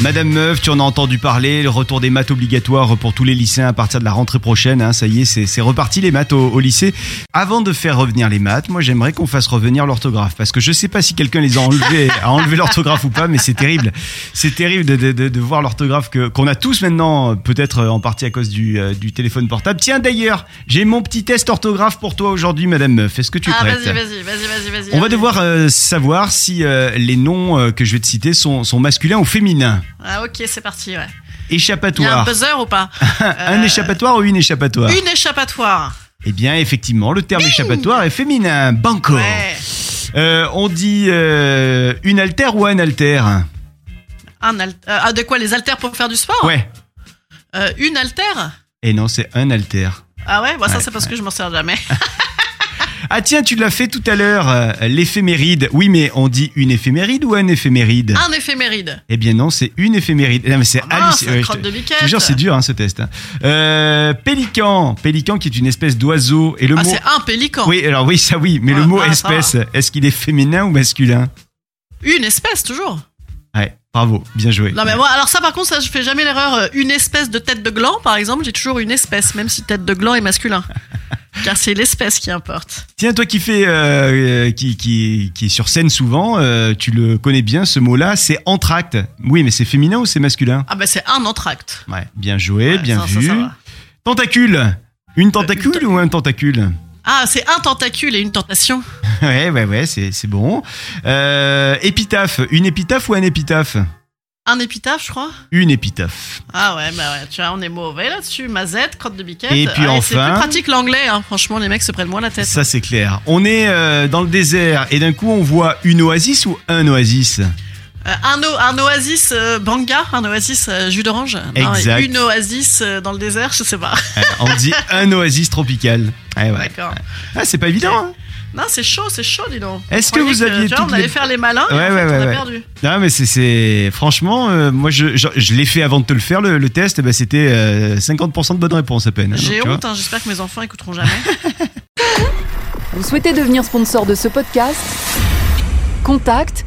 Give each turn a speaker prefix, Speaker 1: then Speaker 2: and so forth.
Speaker 1: Madame Meuf, tu en as entendu parler, le retour des maths obligatoire pour tous les lycéens à partir de la rentrée prochaine, hein, ça y est, c'est c'est reparti les maths au, au lycée. Avant de faire revenir les maths, moi j'aimerais qu'on fasse revenir l'orthographe, parce que je sais pas si quelqu'un les a enlevés, a enlevé l'orthographe ou pas, mais c'est terrible. C'est terrible de, de- de- de voir l'orthographe que- qu'on a tous maintenant, euh, peut-être euh, en partie à cause du, euh, du téléphone portable. Tiens d'ailleurs, j'ai mon petit test orthographe pour toi aujourd'hui, Madame Meuf, est-ce que tu es
Speaker 2: ah,
Speaker 1: prête
Speaker 2: vas-y, vas-y, vas-y, vas-y, vas-y.
Speaker 1: On va
Speaker 2: vas-y.
Speaker 1: devoir euh, savoir si euh, les noms euh, que je vais te citer sont, sont masculins ou féminins.
Speaker 2: Ah, ok, c'est parti, ouais.
Speaker 1: Échappatoire.
Speaker 2: Il y a un buzzer ou pas
Speaker 1: Un
Speaker 2: Euh,
Speaker 1: échappatoire ou une échappatoire
Speaker 2: Une échappatoire.
Speaker 1: Eh bien, effectivement, le terme échappatoire est féminin. Banco.
Speaker 2: Ouais.
Speaker 1: Euh, on dit euh, une altère ou un altère
Speaker 2: Un al- euh, ah, de quoi Les haltères pour faire du sport
Speaker 1: Ouais.
Speaker 2: Euh, Une haltère
Speaker 1: Et non, c'est un altère.
Speaker 2: Ah ouais, bon, ça
Speaker 1: Ouais,
Speaker 2: c'est parce que je m'en sers jamais.
Speaker 1: Ah tiens, tu l'as fait tout à l'heure, euh, l'éphéméride. Oui, mais on dit une éphéméride ou un éphéméride
Speaker 2: Un éphéméride.
Speaker 1: Eh bien non, c'est une éphéméride. Non, mais c'est
Speaker 2: Ah,
Speaker 1: hallucinant.
Speaker 2: c'est
Speaker 1: Ouais, je
Speaker 2: une
Speaker 1: te-
Speaker 2: crotte de
Speaker 1: je
Speaker 2: biquette.
Speaker 1: te jure, c'est dur hein, ce test. hein. Euh, pélican, pélican qui est une espèce d'oiseau et le
Speaker 2: Ah,
Speaker 1: mot.
Speaker 2: c'est un pélican.
Speaker 1: Oui, alors oui, ça oui, mais
Speaker 2: Ah,
Speaker 1: le mot
Speaker 2: ah, ça va.
Speaker 1: espèce, est-ce qu'il est féminin ou masculin
Speaker 2: Une espèce, toujours.
Speaker 1: Ouais, bravo, bien joué.
Speaker 2: Non, mais moi, alors ça, par contre, ça, je fais jamais l'erreur. euh, Une espèce de tête de gland, par exemple, j'ai toujours une espèce, même si tête de gland est masculin. Car c'est l'espèce qui importe.
Speaker 1: Tiens, toi qui fais, euh, euh, qui, qui, qui est sur scène souvent, euh, tu le connais bien ce mot-là, c'est entracte. Oui, mais c'est féminin ou c'est masculin
Speaker 2: Ah, bah, c'est un entracte.
Speaker 1: Ouais, bien joué,
Speaker 2: Ouais,
Speaker 1: Eh bien
Speaker 2: ça, ça,
Speaker 1: vu.
Speaker 2: ça va.
Speaker 1: Tentacule Une tentacule ou un tentacule
Speaker 2: Ah, c'est un tentacule et une tentation.
Speaker 1: Ouais, ouais, ouais, c'est c'est bon. Euh, épitaphe, une épitaphe ou un épitaphe
Speaker 2: Un épitaphe, je crois.
Speaker 1: Une épitaphe.
Speaker 2: Ah ouais, bah ouais, tu vois, on est mauvais là-dessus. Mazette, crotte de biquette.
Speaker 1: Et puis
Speaker 2: Ouais,
Speaker 1: enfin-
Speaker 2: C'est plus pratique l'anglais, hein. franchement, les mecs se prennent moins la tête.
Speaker 1: Ça, c'est clair. On est euh, dans le désert et d'un coup, on voit une oasis ou un oasis
Speaker 2: Euh, un, o- un oasis euh, banga, un oasis euh, jus d'orange. Non,
Speaker 1: Exact.
Speaker 2: Une oasis euh, dans le désert, je sais pas.
Speaker 1: Ouais, Euh, On dit un oasis tropical. Ouais, ouais.
Speaker 2: D'accord.
Speaker 1: Ah, c'est pas évident, hein
Speaker 2: Non, c'est chaud, c'est chaud, dis donc.
Speaker 1: Est-ce
Speaker 2: On
Speaker 1: que vous
Speaker 2: croyait
Speaker 1: aviez
Speaker 2: tu vois,
Speaker 1: toutes
Speaker 2: on allait
Speaker 1: les-
Speaker 2: faire les malins, et
Speaker 1: Ouais,
Speaker 2: en
Speaker 1: ouais, ouais,
Speaker 2: fait, on a
Speaker 1: ouais. Bah
Speaker 2: perdu.
Speaker 1: Non mais c'est c'est franchement euh, moi je, je je l'ai fait avant de te le faire le, le test eh ben, c'était euh, 50% de bonnes réponses à peine. hein,
Speaker 2: J'ai
Speaker 1: donc, tu vois.
Speaker 2: honte, hein, j'espère que mes enfants écouteront jamais.
Speaker 3: Vous souhaitez devenir sponsor de ce podcast Contact